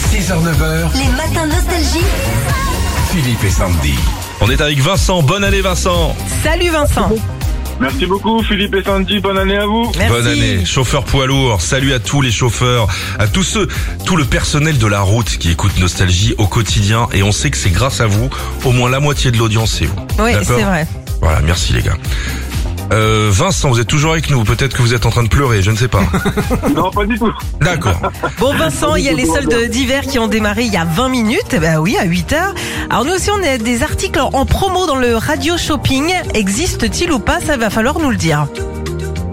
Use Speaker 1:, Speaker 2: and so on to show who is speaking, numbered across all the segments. Speaker 1: 6h-9h,
Speaker 2: Les matins nostalgiques.
Speaker 1: Philippe et Sandy.
Speaker 3: On est avec Vincent. Bonne année, Vincent.
Speaker 4: Salut Vincent.
Speaker 5: Merci beaucoup Philippe et Sandy, bonne année à vous.
Speaker 4: Merci.
Speaker 3: Bonne année. Chauffeur poids lourd. Salut à tous les chauffeurs, à tous ceux, tout le personnel de la route qui écoute Nostalgie au quotidien. Et on sait que c'est grâce à vous. Au moins la moitié de l'audience, c'est vous.
Speaker 4: Oui,
Speaker 3: D'accord
Speaker 4: c'est vrai.
Speaker 3: Voilà, merci les gars. Euh, Vincent, vous êtes toujours avec nous. Peut-être que vous êtes en train de pleurer, je ne sais pas.
Speaker 5: Non, pas du tout.
Speaker 3: D'accord.
Speaker 4: Bon Vincent, il y a les
Speaker 5: Tout va
Speaker 4: soldes d'hiver qui ont démarré il y a 20 minutes, eh ben oui, à 8 heures. Alors nous aussi, on a des articles en promo dans le radio shopping. Existe-t-il ou pas Ça va falloir nous le dire.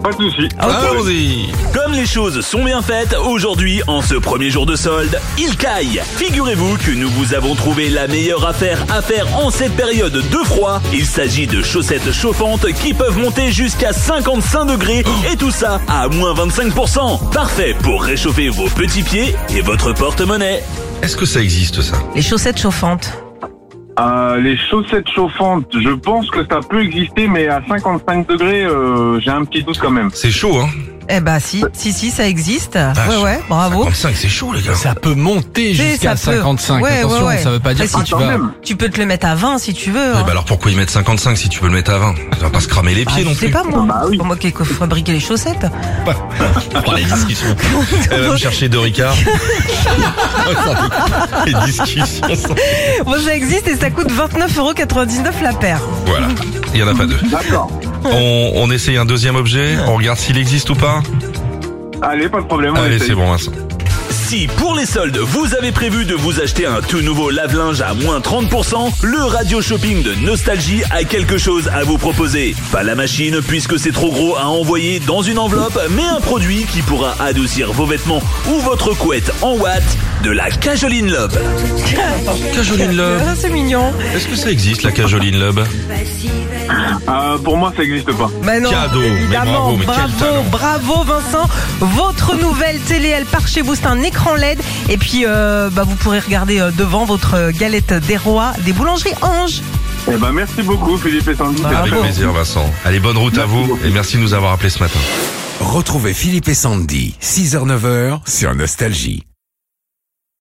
Speaker 5: Pas de soucis.
Speaker 4: Ah,
Speaker 3: Ah, Allons-y.
Speaker 6: Comme les choses sont bien faites, aujourd'hui, en ce premier jour de solde, il caille. Figurez-vous que nous vous avons trouvé la meilleure affaire à faire en cette période de froid. Il s'agit de chaussettes chauffantes qui peuvent monter jusqu'à 55 degrés et tout ça à moins 25%. Parfait pour réchauffer vos petits pieds et votre porte-monnaie.
Speaker 3: Est-ce que ça existe ça
Speaker 4: Les chaussettes chauffantes.
Speaker 5: Euh, les chaussettes chauffantes, je pense que ça peut exister, mais à 55 degrés, euh, j'ai un petit doute quand même.
Speaker 3: C'est chaud, hein
Speaker 4: Eh ben si, si, si, ça existe. ouais,
Speaker 3: Vache.
Speaker 4: ouais, bravo.
Speaker 3: 55, c'est chaud les gars.
Speaker 7: Ça peut monter
Speaker 4: Tu sais,
Speaker 7: jusqu'à
Speaker 4: ça peut-
Speaker 7: 55.
Speaker 4: ouais,
Speaker 7: Attention,
Speaker 4: ouais, ouais.
Speaker 7: ça veut pas dire
Speaker 4: Ah,
Speaker 7: si
Speaker 4: quand
Speaker 7: tu vas. Ah,
Speaker 5: même.
Speaker 4: Tu peux te le mettre à 20 si tu veux.
Speaker 3: Ouais,
Speaker 4: hein.
Speaker 3: bah alors pourquoi y mettre 55 si tu peux le mettre à 20 Ça va pas se cramer les
Speaker 4: Ah,
Speaker 3: pieds
Speaker 4: je
Speaker 3: non
Speaker 4: sais
Speaker 3: plus.
Speaker 4: pas moi,
Speaker 5: Bah oui.
Speaker 4: C'est pas moi qui ai fabriqué les chaussettes.
Speaker 3: Oh, les discussions. Elle va me chercher de Ricard. les discussions. sont-
Speaker 4: Bon, ça existe et ça coûte 29,99€ la paire.
Speaker 3: Voilà, il y en a pas deux.
Speaker 5: D'accord.
Speaker 3: On, on essaye un deuxième objet, on regarde s'il existe ou pas.
Speaker 5: Allez, pas de problème. on
Speaker 3: Allez,
Speaker 5: essaye.
Speaker 3: c'est bon Vincent.
Speaker 6: Si pour les soldes, vous avez prévu de vous acheter un tout nouveau lave-linge à moins 30%, le radio shopping de Nostalgie a quelque chose à vous proposer. Pas la machine puisque c'est trop gros à envoyer dans une enveloppe, mais un produit qui pourra adoucir vos vêtements ou votre couette en watts, de la cajoline lobe.
Speaker 3: Cajoline
Speaker 7: Euh.
Speaker 3: Lob.
Speaker 4: Ah, c'est mignon.
Speaker 3: Est-ce que ça existe la Cajoline Lob
Speaker 5: Euh, pour moi, ça n'existe pas.
Speaker 4: Bah non,
Speaker 3: Cadeau, mais
Speaker 4: évidemment,
Speaker 3: bravo, mais quel
Speaker 4: bravo,
Speaker 3: talent.
Speaker 4: bravo Vincent. Votre nouvelle télé, elle part chez vous, c'est un écran LED. Et puis, euh, bah, vous pourrez regarder euh, devant votre galette des rois des boulangeries Ange.
Speaker 5: Eh ben, merci beaucoup Philippe et Sandy.
Speaker 4: Bravo.
Speaker 3: Avec plaisir Vincent. Allez, bonne route à vous et merci de nous avoir appelés ce matin.
Speaker 1: Retrouvez Philippe et Sandy, 6h-9h, sur Nostalgie.